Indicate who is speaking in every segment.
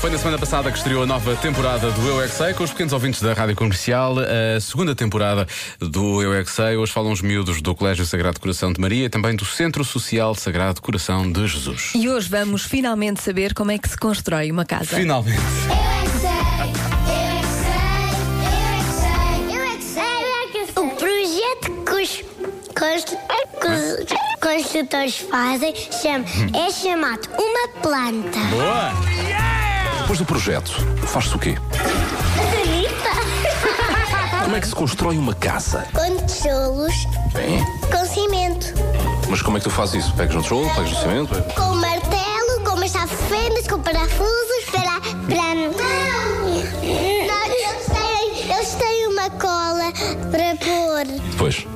Speaker 1: Foi na semana passada que estreou a nova temporada do Eu é que Sei, com os pequenos ouvintes da Rádio Comercial, a segunda temporada do Eu é que Sei. Hoje falam os miúdos do Colégio Sagrado Coração de Maria e também do Centro Social Sagrado Coração de Jesus.
Speaker 2: E hoje vamos finalmente saber como é que se constrói uma casa.
Speaker 1: Finalmente.
Speaker 3: Eu é que sei, eu é que sei, eu é que sei, eu é que sei, eu é que sei. O projeto que os const- que os construtores fazem chama- é chamado uma planta.
Speaker 1: Boa!
Speaker 4: Depois do projeto, faz-se o quê? Como é que se constrói uma casa?
Speaker 3: Com tijolos,
Speaker 4: Bem,
Speaker 3: com cimento,
Speaker 4: mas como é que tu fazes isso? Pegas no tijolo, pegas no cimento? é?
Speaker 3: com martelo, com uma chave de fendas, com parafusos, para. para... Não, eles têm, eles têm uma cola para pôr.
Speaker 4: Depois,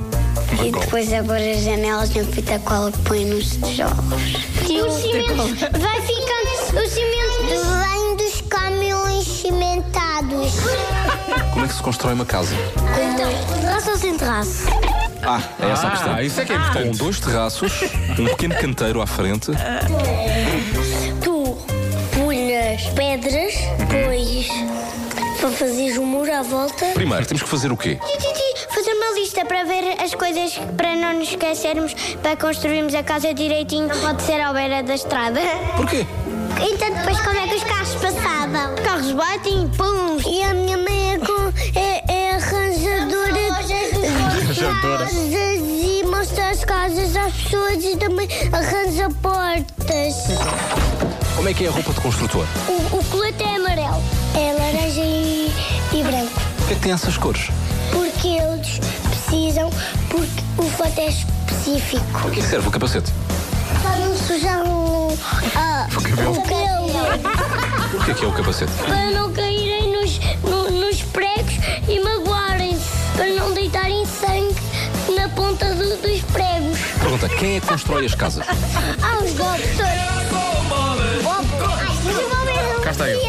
Speaker 3: E depois agora as janelas em fita cola que põe nos tijolos. E o cimento vai ficando. O cimento vem dos caminhões cimentados.
Speaker 4: como é que se constrói uma casa?
Speaker 3: Então, terraço ou sem terraço?
Speaker 4: Ah, é essa a questão.
Speaker 1: Ah, isso é que é
Speaker 4: Com
Speaker 1: importante.
Speaker 4: dois terraços, um pequeno canteiro à frente.
Speaker 3: Tu punhas pedras, depois para fazeres um muro à volta.
Speaker 4: Primeiro, temos que fazer o quê?
Speaker 3: Fazer uma lista para ver as coisas para não nos esquecermos para construirmos a casa direitinho. Não pode ser à beira da estrada.
Speaker 4: Porquê?
Speaker 3: Então depois como é que os carros passavam? Carros batem, pum! E a minha mãe é, com, é, é arranjadora de casas e mostra as casas às pessoas e também arranja portas.
Speaker 4: Como é que é a roupa de construtor?
Speaker 3: O, o colete é amarelo. É laranja e, e branco.
Speaker 4: O que é que tem essas cores?
Speaker 3: Porque eles precisam, porque o fato é específico.
Speaker 4: Para que serve o capacete?
Speaker 3: Para não sujar o, ah, o cabelo.
Speaker 4: O que é que é o capacete?
Speaker 3: para não caírem nos, no- nos pregos e magoarem-se, para não deitarem sangue na ponta do- dos pregos.
Speaker 4: Pergunta, quem é que constrói as casas?
Speaker 3: Ah, os golpes um
Speaker 1: Cá está ele.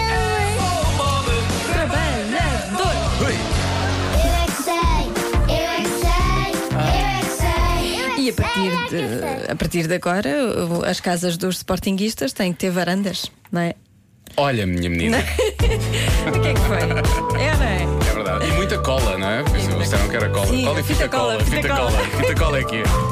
Speaker 3: é é
Speaker 2: E a partir, de, a partir de agora, o- as casas dos sportinguistas têm que ter varandas, não é?
Speaker 1: Olha, minha menina.
Speaker 2: O que é que foi? É, não
Speaker 1: É verdade. E muita cola, não é? Pois disseram que era cola.
Speaker 2: Sim,
Speaker 1: cola e
Speaker 2: fita
Speaker 1: fita
Speaker 2: cola,
Speaker 1: cola.
Speaker 2: fita
Speaker 1: Fita cola. Fita cola é que é.